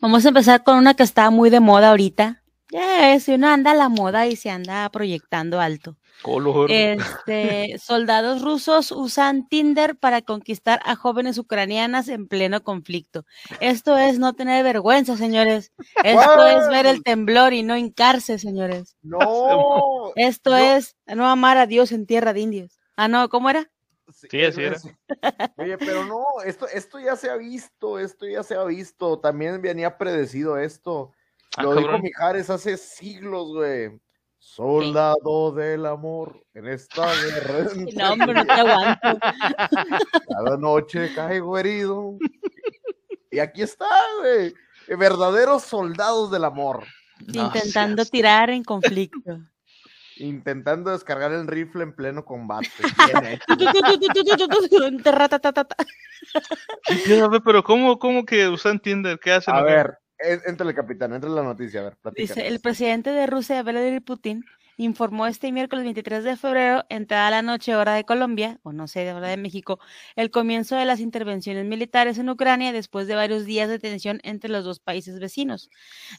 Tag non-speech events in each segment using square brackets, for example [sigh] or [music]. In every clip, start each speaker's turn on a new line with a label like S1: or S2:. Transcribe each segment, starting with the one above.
S1: Vamos a empezar con una que está muy de moda ahorita. Ya, si uno anda a la moda y se anda proyectando alto.
S2: Color.
S1: Este, [laughs] soldados rusos usan Tinder para conquistar a jóvenes ucranianas en pleno conflicto. Esto es no tener vergüenza, señores. Esto es ver el temblor y no hincarse, señores. [laughs]
S3: No.
S1: Esto
S3: Yo-
S1: es no amar a Dios en tierra de indios. Ah, no, ¿cómo era?
S2: Sí, así era.
S3: es- [laughs] Oye, pero no, esto, esto ya se ha visto, esto ya se ha visto. También venía predecido esto.
S2: Ah,
S3: Lo dijo
S2: cabrón.
S3: Mijares hace siglos, güey. Soldado del amor, en
S1: [laughs]
S3: esta guerra.
S1: No, hombre, no te [laughs] aguanto.
S3: [laughs] Cada noche caigo herido. Y aquí está, güey. Verdaderos soldados del amor.
S2: No
S1: Intentando
S2: seas-
S1: tirar en [laughs] conflicto.
S3: Intentando descargar el rifle en
S1: [laughs]
S3: pleno combate. Bien hecho.
S1: Terratatatata.
S2: Ya, ve, pero ¿cómo, ¿cómo que usan Tinder? ¿Qué hacen?
S3: A
S2: o qué?
S3: ver, en- entra el capitán, entra la noticia, a ver, platícanos.
S1: Dice, el presidente de Rusia, Vladimir Putin, informó este miércoles 23 de febrero, entrada la noche hora de Colombia, o no sé, de hora de México, el comienzo de las intervenciones militares en Ucrania después de varios días de tensión entre los dos países vecinos.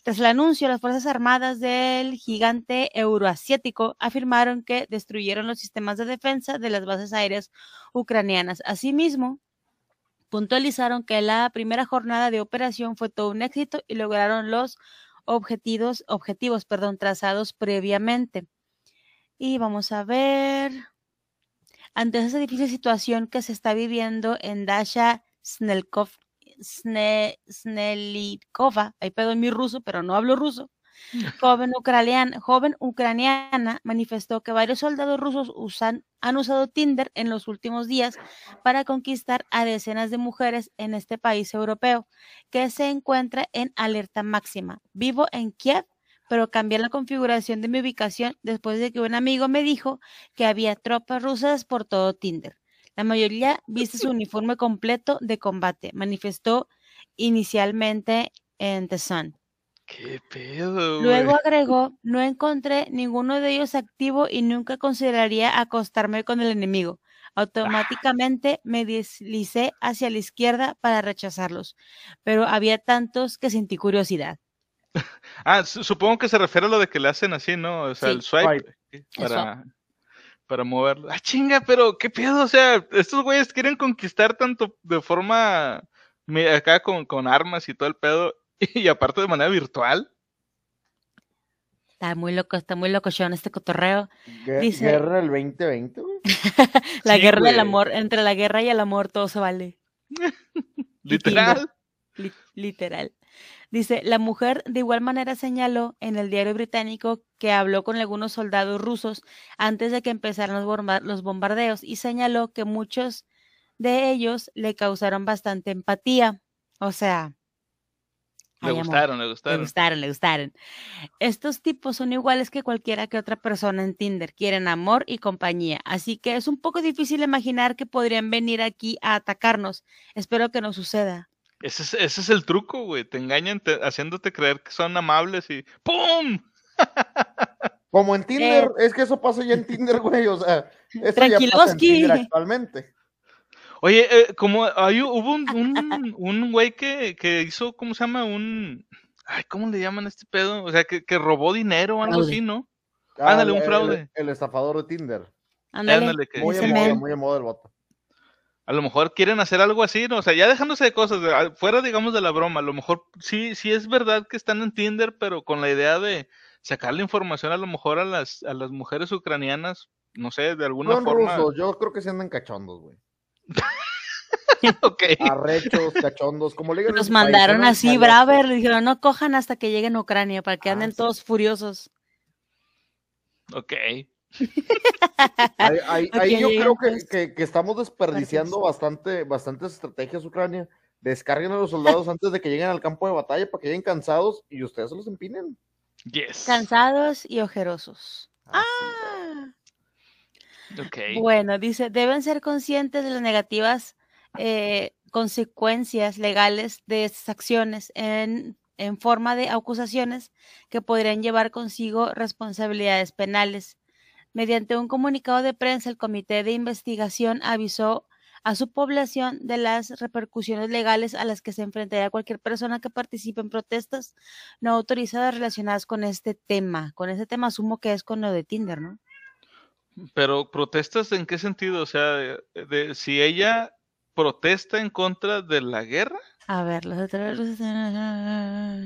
S1: Tras el anuncio, las Fuerzas Armadas del gigante euroasiático afirmaron que destruyeron los sistemas de defensa de las bases aéreas ucranianas. Asimismo, puntualizaron que la primera jornada de operación fue todo un éxito y lograron los objetivos, objetivos, perdón, trazados previamente. Y vamos a ver. Ante esa difícil situación que se está viviendo en Dasha Snelkov, Sne- Snelikova, ahí pedo en mi ruso, pero no hablo ruso. Joven ucraniana, joven ucraniana manifestó que varios soldados rusos usan, han usado Tinder en los últimos días para conquistar a decenas de mujeres en este país europeo que se encuentra en alerta máxima. Vivo en Kiev, pero cambié la configuración de mi ubicación después de que un amigo me dijo que había tropas rusas por todo Tinder. La mayoría viste su uniforme completo de combate, manifestó inicialmente en The Sun.
S2: ¿Qué pedo? güey?
S1: Luego agregó, no encontré ninguno de ellos activo y nunca consideraría acostarme con el enemigo.
S2: Ah.
S1: Automáticamente me deslicé hacia la izquierda para rechazarlos, pero había tantos que sentí curiosidad.
S2: Ah, su- supongo que se refiere a lo de que le hacen así, ¿no? O sea,
S1: Sí.
S2: el swipe ¿sí? para, para moverlo. Ah, chinga, pero qué pedo, o sea, estos güeyes quieren conquistar tanto de forma me- acá con, con armas y todo el pedo, [laughs] y aparte de manera virtual.
S1: Está muy loco, está muy locochón este cotorreo.
S3: Gue-
S1: dice-
S3: Guerra del 2020, güey.
S1: La
S2: Sí,
S1: guerra del
S2: güey,
S1: amor, entre la guerra y el amor todo se vale,
S2: Literal.
S1: li- literal. Dice, la mujer de igual manera señaló en el diario británico que habló con algunos soldados rusos antes de que empezaran los, bomba- los bombardeos y señaló que muchos de ellos le causaron bastante empatía. O sea, hay
S2: Le
S1: amor.
S2: gustaron, le
S1: Le
S2: gustaron.
S1: gustaron, le gustaron. Estos tipos son iguales que cualquiera que otra persona en Tinder. Quieren amor y compañía. Así que es un poco difícil imaginar que podrían venir aquí a atacarnos. Espero que no suceda.
S2: Ese es, ese es el truco, güey. Te engañan te- haciéndote creer que son amables y ¡pum!
S3: Como en Tinder,
S1: Eh.
S3: es que eso pasa ya en Tinder, [laughs] güey, o sea, eso ya pasa en
S1: Tranquiloski.
S3: Tinder actualmente.
S2: Oye, eh, como hay, u- hubo un, un, un güey que, que hizo, ¿cómo se llama? Un. Ay, ¿cómo le llaman a este pedo? O sea, que, que robó dinero o algo
S1: Fraude.
S2: así, ¿no?
S3: Ah,
S2: Ándale, un
S3: el- el-
S2: fraude.
S3: El, estafador de Tinder.
S1: Ándale.
S2: Ándale, que-
S3: Muy
S1: ese
S3: en moda,
S1: men.
S3: muy en moda el voto.
S2: A lo mejor quieren hacer algo así, ¿no? O sea, ya dejándose de cosas, de- ah, fuera, digamos, de la broma. A lo mejor sí, sí es verdad que están en Tinder, pero con la idea de sacarle información a lo mejor a las, a las mujeres ucranianas, no sé, de alguna
S3: Son
S2: forma.
S3: rusos, yo creo que se andan cachondos, güey.
S2: [laughs] Ok.
S3: Ah.
S2: [laughs]
S3: Arrechos, cachondos, como le digan en
S1: Los
S3: su país,
S1: mandaron
S3: andan
S1: así,
S3: payasos.
S1: braver. Le dijeron, no cojan hasta que lleguen a Ucrania para que
S3: Ah,
S1: anden
S3: sí.
S1: todos furiosos.
S2: Ok.
S3: Ahí, ahí-
S1: Aquí
S3: ahí yo
S1: llegan,
S3: creo que,
S1: pues.
S3: que- que estamos desperdiciando bastante, bastantes estrategias, Ucrania. Descarguen a los
S1: [laughs]
S3: soldados antes de que lleguen al campo de batalla para que lleguen cansados y ustedes se los empinen.
S2: Yes.
S1: Cansados y ojerosos.
S3: Ah,
S1: Ah.
S2: Ok.
S1: Bueno, dice, deben ser conscientes de las negativas eh, consecuencias legales de estas acciones en, en forma de acusaciones que podrían llevar consigo responsabilidades penales. Mediante un comunicado de prensa, el Comité de Investigación avisó a su población de las repercusiones legales a las que se enfrentará cualquier persona que participe en protestas no autorizadas relacionadas con este tema. Con este tema asumo que es con lo de Tinder, ¿no?
S2: Pero protestas en qué sentido? O sea, de, de- si ella protesta en contra de la guerra.
S1: A ver, los autoridades
S3: Aquí
S1: ah,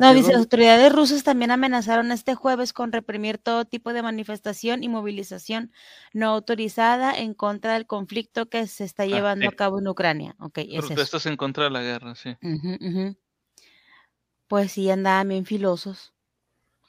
S1: No,
S3: es
S1: dice, las
S3: donde-
S1: autoridades rusas también amenazaron este jueves con reprimir todo tipo de manifestación y movilización no autorizada en contra del conflicto que se está llevando
S2: sí.
S1: a cabo en Ucrania. Ok, es eso.
S2: protestas en contra de la guerra, sí.
S1: Ujú, ujú. Pues sí, andaban bien filosos.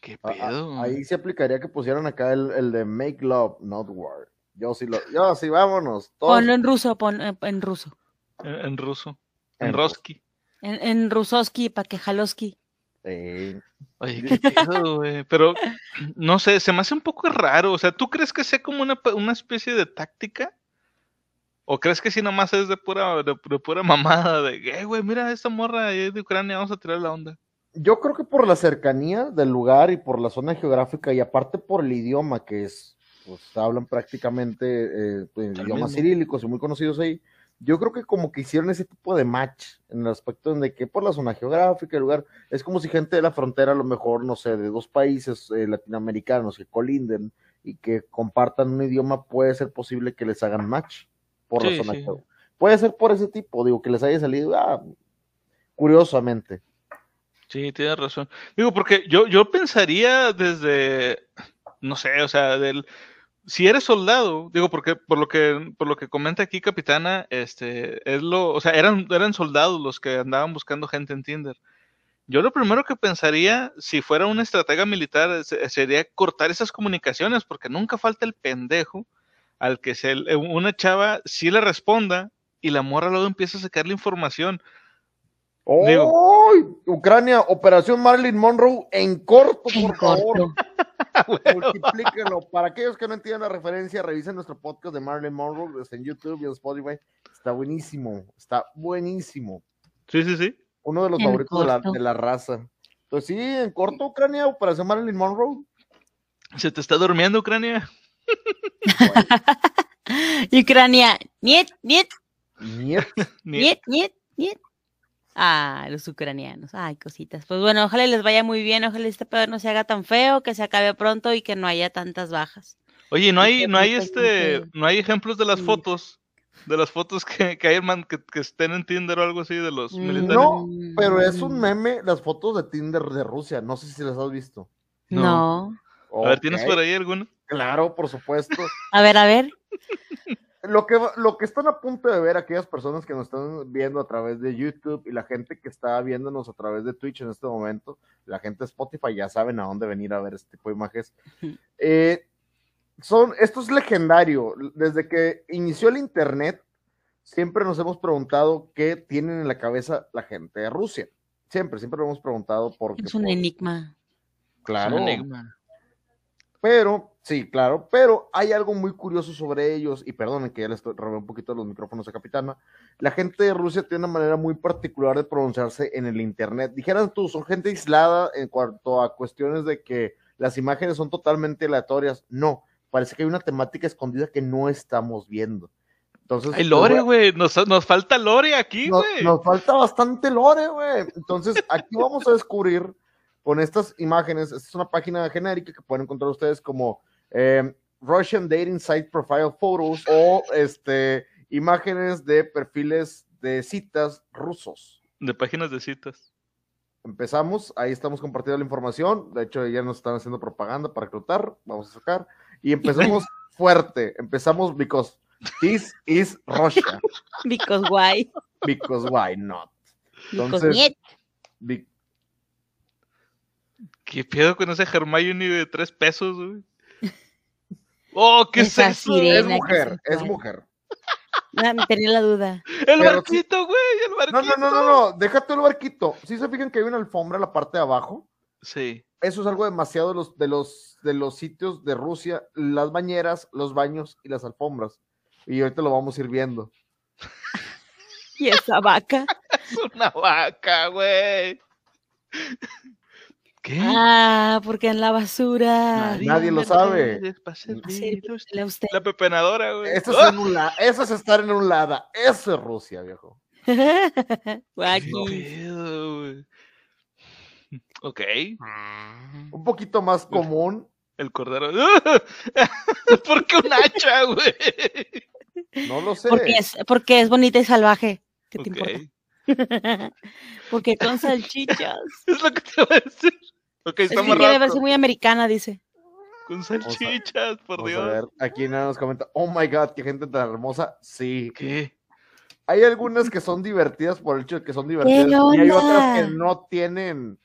S2: ¿Qué
S3: a- a-
S2: pedo?
S3: Ah, ahí se aplicaría que pusieran acá el, el de Make Love, Not War. Yo sí, lo, yo sí, vámonos. Todos
S1: Ponlo en ruso, pon eh, en ruso.
S2: En, en ruso.
S3: en
S2: En Roski.
S1: En, en rusoski, pa' que jaloski.
S3: Sí.
S2: Oye, qué pedo, güey. Pero no sé, se me hace un poco raro. O sea, ¿tú crees que sea como una, pa- una especie de táctica? ¿O crees que si nomás es de pura, de, de pura [laughs] mamada de, "Eh, güey, mira esta morra es de Ucrania, vamos a tirar la onda?
S3: Yo creo que por la cercanía del lugar y por la zona geográfica y aparte por el idioma que es, pues hablan prácticamente eh, pues, idiomas
S2: mismo.
S3: cirílicos y muy conocidos ahí. Yo creo que como que hicieron ese tipo de match en el aspecto de que por la zona geográfica, el lugar, es como si gente de la frontera, a lo mejor, no sé, de dos países eh, latinoamericanos que colinden y que compartan un idioma, puede ser posible que les hagan match por
S2: Sí,
S3: la zona
S2: sí.
S3: geográfica. Puede ser por ese tipo, digo, que les haya salido, ah, curiosamente.
S2: Sí, tienes razón. Digo, porque yo, yo pensaría desde, no sé, o sea, del, si eres soldado, digo, porque por lo que, por lo que comenta aquí Capitana, este, es lo, o sea, eran, eran soldados los que andaban buscando gente en Tinder. Yo lo primero que pensaría, si fuera un estratega militar, se- sería cortar esas comunicaciones, porque nunca falta el pendejo al que se, le- una chava sí le responda y la morra luego empieza a sacar la información.
S3: ¡Ay! Ucrania, Operación Marilyn Monroe en corto, por favor.
S1: [laughs]
S3: Multiplíquenlo. Para aquellos que no entiendan la referencia, revisen nuestro podcast de Marilyn Monroe, está en YouTube y en Spotify. Está buenísimo, está buenísimo.
S2: Sí, sí, sí.
S3: Uno de los
S1: En
S3: favoritos de la,
S1: corto.
S3: de la raza. Entonces, sí, en corto, Ucrania, Operación
S1: [laughs]
S3: Marilyn Monroe.
S2: Se te está durmiendo Ucrania.
S1: Y Ucrania, niet, niet,
S3: Niet.
S2: Ni-
S1: niet, niet, niet. Ah, los ucranianos, ay, cositas. Pues bueno, ojalá y les vaya muy bien, ojalá este pedo no se haga tan feo, que se acabe pronto y que no haya tantas bajas.
S2: Oye, no hay,
S1: que
S2: no hay
S1: justamente-
S2: este, no hay ejemplos de
S3: "Mm".
S2: las
S1: Sí.
S2: fotos, de las fotos que, que hay man- que, que estén en Tinder o algo así de
S3: Pues,
S2: los militares.
S3: Mm, No,
S1: Mm.
S3: Pero es un meme, las fotos de Tinder de Rusia. No sé si las has visto.
S2: no.
S1: No.
S2: A ver, ¿tienes
S3: Ok,
S2: por ahí alguno?
S3: Claro, por supuesto.
S1: A ver, a ver.
S3: Lo que, va- lo que están a punto de ver aquellas personas que nos están viendo a través de YouTube y la gente que está viéndonos a través de Twitch en este momento, la gente de Spotify ya saben a dónde venir a ver este tipo
S1: [laughs]
S3: de imágenes.
S1: Ujú.
S3: Eh, son, esto es legendario. Desde que inició el Internet, siempre nos hemos preguntado qué tienen en la cabeza la gente de Rusia. Siempre, siempre lo hemos preguntado porque...
S1: Es un
S3: pues,
S1: enigma.
S3: Claro.
S2: Un enigma.
S3: Pero, sí, claro, pero hay algo muy curioso sobre ellos, y perdonen que ya les to- robé un poquito los micrófonos a Capitana. La gente de Rusia tiene una manera muy particular de pronunciarse en el Internet. Dijeran tú, son gente aislada en cuanto a cuestiones de que las imágenes son totalmente aleatorias. No, parece que hay una temática escondida que no estamos viendo. Entonces,
S2: Ay,
S3: les voy a-
S2: Lore, güey, nos, nos falta Lore aquí,
S3: no-
S2: güey.
S3: nos falta bastante lore, güey. Entonces, aquí vamos a descubrir con estas imágenes. Esta es una página genérica que pueden encontrar ustedes como eh, Russian Dating Site Profile Photos o este, imágenes de perfiles de citas rusos.
S2: De páginas de citas.
S3: Empezamos, ahí estamos compartiendo la información. De hecho, ya nos están haciendo propaganda para reclutar. Vamos a sacar. Y empezamos fuerte. Empezamos because this is Russia.
S1: Because why?
S3: Because why not?
S1: Because
S3: Entonces-
S1: niet.
S3: Be-
S2: ¿Qué pedo con ese Hermione de tres pesos,
S3: [laughs]
S2: güey? Oh, ¿qué
S1: Esa
S2: es eso?
S1: sirena.
S3: es
S1: Elena, que
S3: mujer,
S1: sensual.
S3: es mujer.
S1: Ah, me tenía la duda.
S2: El
S3: Pero sí-
S2: barquito, güey, el
S3: No,
S2: barquito.
S3: no, no, no, no, déjate el barquito. Si se fijan que hay una alfombra en la parte de abajo,
S2: Sí.
S3: eso es algo demasiado de los, de los, de los sitios de Rusia, las bañeras, los baños y las alfombras. Y ahorita lo vamos a ir viendo.
S1: Y esa vaca.
S2: Es una vaca, güey. ¿Qué?
S1: Ah, porque en la basura.
S3: ¿Eh? Nadie lo sabe.
S1: Servido a usted. [laughs]
S2: La pepenadora, güey.
S3: Eso
S2: ¡Ah!
S3: es, enula- eso es estar enulada. Eso es Rusia, viejo.
S2: Qué
S1: Guaki.
S2: pedo, güey. Ok,
S3: Un poquito más común.
S2: el cordero. ¡Ah! [laughs] ¿Por qué un hacha, güey?
S3: No lo sé.
S1: Porque es, porque es bonita y salvaje. ¿Qué
S2: Ok,
S1: te importa? [laughs] porque con
S3: [laughs]
S1: salchichas.
S2: Es lo que te iba a decir. Ok,
S1: Es
S2: está
S1: que quiere
S2: amarrado
S1: verse
S2: con,
S1: muy americana, dice.
S2: con salchichas, por
S3: Vamos a
S2: Dios.
S3: ver, aquí nada nos comenta, oh my god, qué gente tan hermosa. Sí.
S2: ¿Qué?
S3: Hay algunas que son divertidas por el hecho de que son divertidas.
S1: ¿Qué
S3: Y hay
S1: onda?
S3: otras que no tienen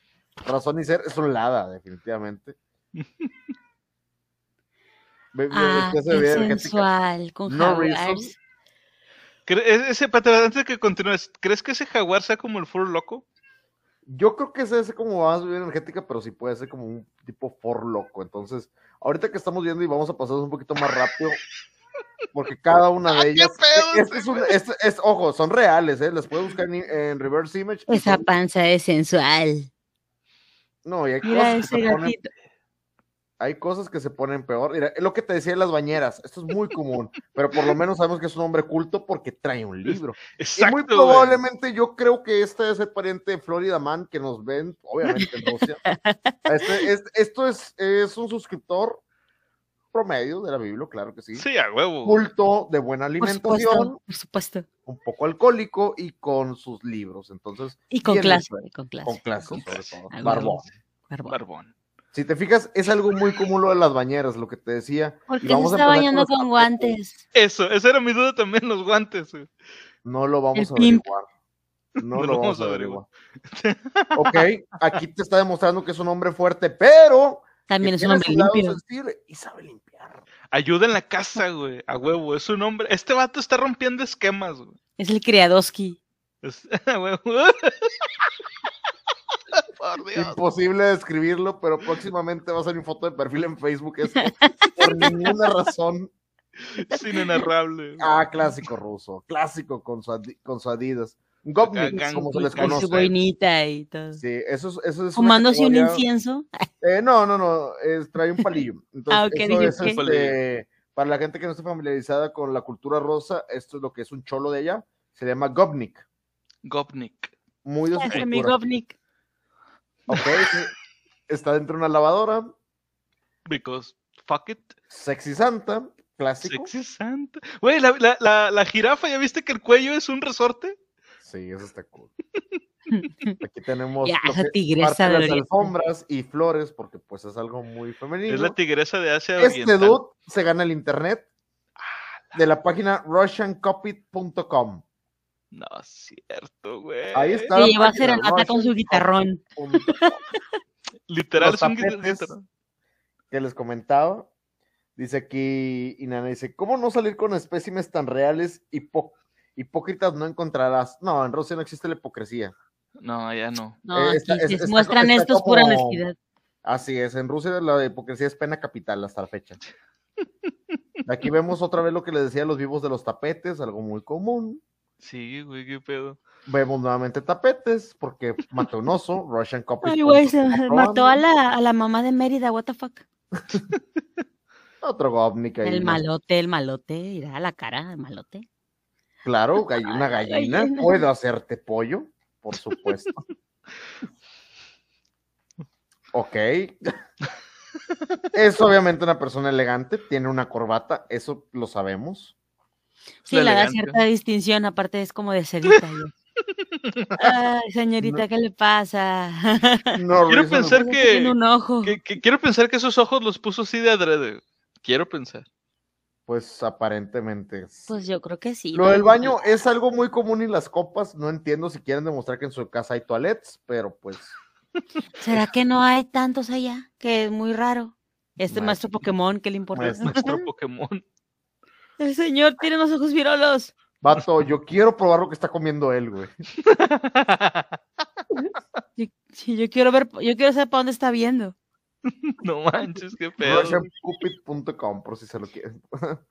S3: razón ni ser. Es un
S1: [laughs]
S3: lada, definitivamente. Ve- ve-
S1: Ah,
S3: que se ve
S1: qué
S3: energética.
S1: sensual. Con
S3: No
S1: jaguares.
S3: reason.
S2: ¿Cre- e- Ese, Patra, antes de que continúes, ¿crees que ese jaguar sea como el fur loco?
S3: Yo creo que se hace como más bien energética, pero sí puede ser como un tipo for loco. Entonces, ahorita que estamos viendo y vamos a pasar un poquito más rápido, porque cada una de
S2: ¡Ay, Ah, qué
S3: ellas.
S2: pedo,
S3: Este es un- este es- ojo, son reales, ¿eh? Las puedes buscar en, en reverse image. y
S1: Esa
S3: son-
S1: panza es sensual.
S3: no, y hay
S1: Mira
S3: cosas, que
S1: ese
S3: se ponen,
S1: gatito.
S3: hay cosas que se ponen peor. Mira, es lo que te decía de las bañeras. Esto es muy común, pero por lo menos sabemos que es un hombre culto porque trae un libro.
S2: Exacto.
S3: y muy
S2: güey.
S3: probablemente yo creo que este es el pariente de Florida Man que nos ven, obviamente en Rusia.
S1: [laughs]
S3: Este- es- esto es, es un suscriptor promedio de la Biblia, claro que sí.
S2: Sí, a huevo. güey.
S3: Culto, de buena
S1: Por supuesto,
S3: alimentación,
S1: por supuesto.
S3: un poco alcohólico y con sus libros. Entonces,
S1: Y con
S3: Bien
S1: clase,
S3: hecho, eh.
S1: y con clase.
S3: con clases,
S2: con
S3: sobre
S2: clase.
S3: todo.
S1: Ah,
S3: Barbón.
S1: barbón.
S2: Pues, Barbón.
S3: Si te fijas, es algo muy común lo de las bañeras, lo que te decía.
S1: ¿Por qué
S3: Y
S1: se
S3: vamos a
S1: está
S3: empezar
S1: bañando
S3: con los
S1: con guantes?
S2: Eso, esa era mi duda también, los guantes. güey.
S3: No lo vamos
S1: El
S3: a
S1: pimp.
S3: averiguar. No lo vamos a averiguar.
S2: averiguar.
S3: Ok, aquí te está demostrando que es un hombre fuerte, pero
S1: También
S3: que
S1: es un
S3: tiene
S1: hombre
S3: su lado
S1: limpio.
S3: sensible y sabe limpiar.
S2: Ayuda en la casa, güey. A huevo, es un hombre. Este vato está rompiendo esquemas, güey.
S1: Es el Kriadoski.
S2: Es- [laughs] a huevo. [laughs] Por Dios.
S3: Imposible describirlo, pero próximamente va a salir foto de perfil en
S1: [laughs]
S3: Facebook. Esto, por ninguna razón.
S2: Es inenarrable. güey.
S3: Ah, clásico ruso, clásico con su, adi- con su Adidas. Gopnik,
S2: Acá,
S3: como se
S2: Gopnik,
S3: les
S2: ahí se
S1: Con su
S3: conoce.
S1: boinita y todo.
S3: Sí, eso es, eso es una
S1: Fumándose un
S3: categoría-
S1: incienso.
S3: Eh, no, no, no, es- trae un palillo.
S1: [laughs]
S3: Entonces,
S1: Ah, ok,
S3: eso
S1: dije,
S3: es,
S1: ok.
S3: este, para la gente que no esté familiarizada con la cultura rosa, esto es lo que es un cholo de allá, se llama Gopnik.
S2: Gopnik.
S3: Muy de su
S1: Ese mi
S3: cultura.
S1: Gopnik.
S3: Ok, sí. está dentro de una lavadora,
S2: Because fuck it.
S3: sexy santa, clásico.
S2: Sexy Santa. Güey, la, la, la, la jirafa, ¿ya viste que el cuello es un resorte?
S3: Sí, eso
S1: [laughs]
S3: está cool. Aquí tenemos
S1: Ya,
S3: lo
S1: esa
S3: que- parte
S1: tigresa
S3: de
S1: del
S3: las
S1: oriente.
S3: alfombras y flores, porque pues es algo muy
S2: Es
S3: femenino.
S2: la tigresa de Asia
S3: Este
S2: Oriental.
S3: dude se gana el internet de la página russiancopy.com.
S2: No es cierto, güey.
S3: Ahí está.
S1: Y va a
S3: página
S1: ser hasta con su
S3: russiancopy.com.
S1: guitarrón.
S2: Literal,
S3: Los
S2: es un
S3: tapetes.
S2: guitarra.
S3: que les comentaba. Dice aquí Inana, dice, ¿cómo no salir con espécimes tan reales? Hipó- hipócritas no encontrarás. No, en Rusia no existe la hipocresía.
S2: No, ya no.
S1: No,
S3: Eh, está-
S1: aquí
S3: es-
S1: se
S3: está-
S1: muestran
S3: está
S1: estos pura
S3: como-
S1: honestidad.
S3: Así es, en Rusia la hipocresía es pena capital hasta la fecha. Aquí vemos otra vez lo que les decía los vivos de los tapetes, algo muy común.
S2: Sí, güey, qué pedo.
S3: Vemos nuevamente tapetes, porque maté un oso, Russian Copy.
S1: Ay, güey, se mató a la, a la mamá de Mérida, what the fuck.
S3: Otro gobnik ahí.
S1: El
S3: ¿no?
S1: malote, el malote, irá a la cara, el malote.
S3: Claro, gall- una
S1: Ay,
S3: gallina.
S1: gallina.
S3: Puedo hacerte pollo,
S1: [laughs]
S3: por supuesto. ok. es obviamente una persona elegante, tiene una corbata, eso lo sabemos.
S1: Sí,
S2: La
S1: le da
S2: elegancia.
S1: cierta distinción, aparte es como de cerita. yo.
S2: [laughs]
S1: Ay, señorita, ¿qué le pasa?
S3: No,
S2: Quiero
S3: Reason-
S2: pensar
S1: Parece
S2: que-
S1: Tiene un ojo.
S2: Que- que- quiero pensar que esos ojos los puso así de adrede. güey. Quiero pensar.
S3: Pues aparentemente. es-
S1: Pues yo creo que sí.
S3: lo
S1: ¿no? pues.
S3: del baño es algo muy común y las copas. No entiendo si quieren demostrar que en su casa hay toilets, pero pues
S1: ¿Será que no hay tantos allá? Que es muy raro. Este
S3: Maestro-
S1: maestro Pokémon, ¿qué le importa?
S3: maestro
S2: Nuestro Pokémon. [laughs]
S1: El señor tiene unos ojos virolos.
S3: Vato, yo quiero probar lo que está comiendo él, güey.
S1: Yo, sí, yo quiero ver, yo quiero saber para dónde está viendo.
S2: no manches, qué pedo.
S3: RussianCupid.com, por si se lo quieren. [laughs]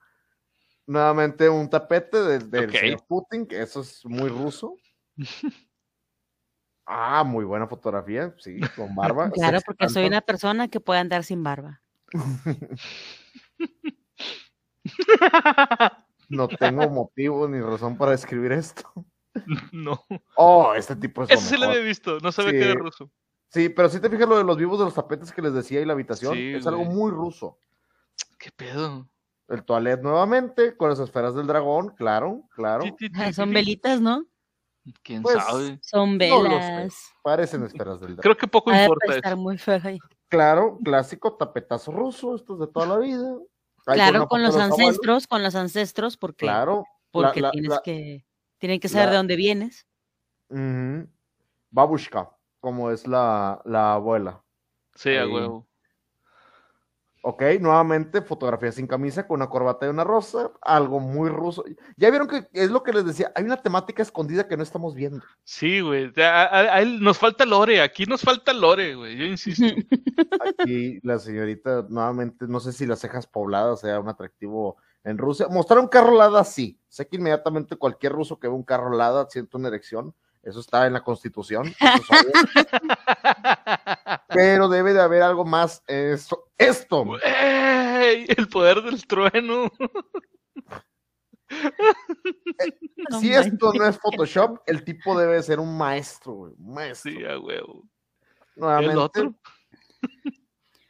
S3: Nuevamente un tapete del del
S2: Ok.
S3: señor Putin, que eso es muy ruso. Ah, muy buena fotografía, sí, con barba.
S1: [laughs] Claro, porque soy una persona que puede andar sin
S3: [laughs]
S1: barba. [laughs] [laughs]
S3: No tengo motivo ni razón para escribir esto. [laughs]
S2: No.
S3: Oh, este tipo es. lo
S2: Ese sí lo
S3: mejor.
S2: había visto, no sabía
S3: Sí.
S2: que era ruso.
S3: Sí, pero si te fijas lo de los vivos de los tapetes que les decía y la habitación,
S2: Sí,
S3: es algo
S2: güey.
S3: muy ruso.
S2: ¿Qué pedo?
S3: El toilet nuevamente, con las esferas del dragón, claro, claro.
S2: Ti, ti, ti,
S1: Ah, Son
S2: ti, ti.
S1: velitas, ¿no?
S2: ¿Quién
S3: Pues,
S2: sabe?
S1: Son
S3: No lo sé.
S1: velas.
S3: Parecen esferas del dragón.
S2: Creo que poco
S1: Ha de
S2: importa
S1: estar
S2: eso.
S1: muy feo ahí.
S3: Claro, clásico tapetazo ruso, estos de toda la vida. Ahí una
S1: Claro, con
S3: foto
S1: los
S3: de abuelos,
S1: ancestros, con los ancestros, porque,
S3: Claro,
S1: porque
S3: la- la-
S1: tienes
S3: la-
S1: que, tienen que saber
S3: la-
S1: de dónde vienes.
S3: ujú. Babushka, como es la, la abuela.
S2: Sí, a
S3: Ahí.
S2: huevo.
S3: Ok, nuevamente fotografía sin camisa con una corbata y una rosa, algo muy ruso. Ya vieron que es lo que les decía, hay una temática escondida que no estamos viendo.
S2: Sí, güey. a- a- a él Nos falta lore, aquí nos falta lore, güey. Yo
S1: [laughs]
S2: insisto.
S3: Aquí la señorita nuevamente, no sé si las cejas pobladas sea un atractivo en Rusia. Mostrar un carro Lada, sí. Sé que inmediatamente cualquier ruso que ve un carro Lada siente una erección. Eso está en la constitución. eso es obvio.
S2: [laughs]
S3: Pero debe de haber algo más. Esto, esto
S2: Güey, el poder del trueno. [laughs]
S1: No
S3: si esto no es Photoshop, el tipo debe ser un maestro, güey, un maestro.
S2: Sí, a huevo. El
S3: Nuevamente,
S2: otro.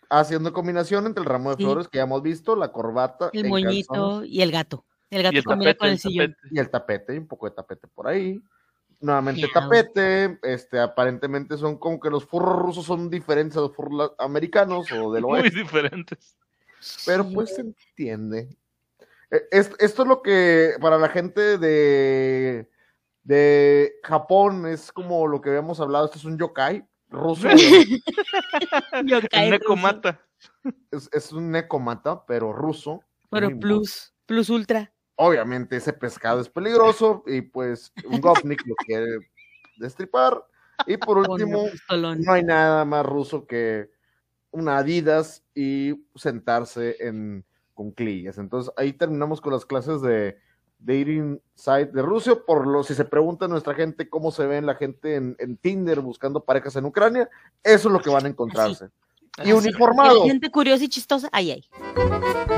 S3: haciendo combinación entre el ramo de
S1: Sí.
S3: flores que ya hemos visto, la corbata,
S1: El
S3: en calzones
S1: moñito y el gato. El gato
S2: Y el
S1: combina
S2: tapete,
S1: con el
S2: el
S1: sillón.
S2: tapete.
S3: y el tapete, y un poco de tapete por ahí. Nuevamente
S1: Miau.
S3: tapete, este aparentemente son como que los furros rusos son diferentes a los furros la- americanos o del
S2: Muy
S3: oeste,
S2: diferentes.
S3: pero
S1: Sí, [laughs]
S3: pues se entiende. Eh, es- esto es lo que para la gente de, de Japón es como lo que habíamos hablado, esto es un yokai
S1: [laughs]
S3: ruso, güey.
S1: yo
S2: El
S1: caí ruso,
S2: necomata.
S3: es, es un necomata, pero ruso.
S1: Pero
S3: Muy
S1: plus, plus ultra.
S3: obviamente ese pescado es peligroso y pues
S1: [laughs]
S3: un Gopnik lo quiere destripar. Y por
S1: con el
S3: último,
S1: pistolón.
S3: no hay nada más ruso que una Adidas y sentarse en cuclillas. Entonces ahí terminamos con las clases de dating site de Rusia. Por lo si se pregunta nuestra gente cómo se ven la gente en, en Tinder buscando parejas en Ucrania, eso es lo que van a encontrarse. Y
S1: Así.
S3: uniformado.
S1: Gente curiosa y chistosa, ay, ay.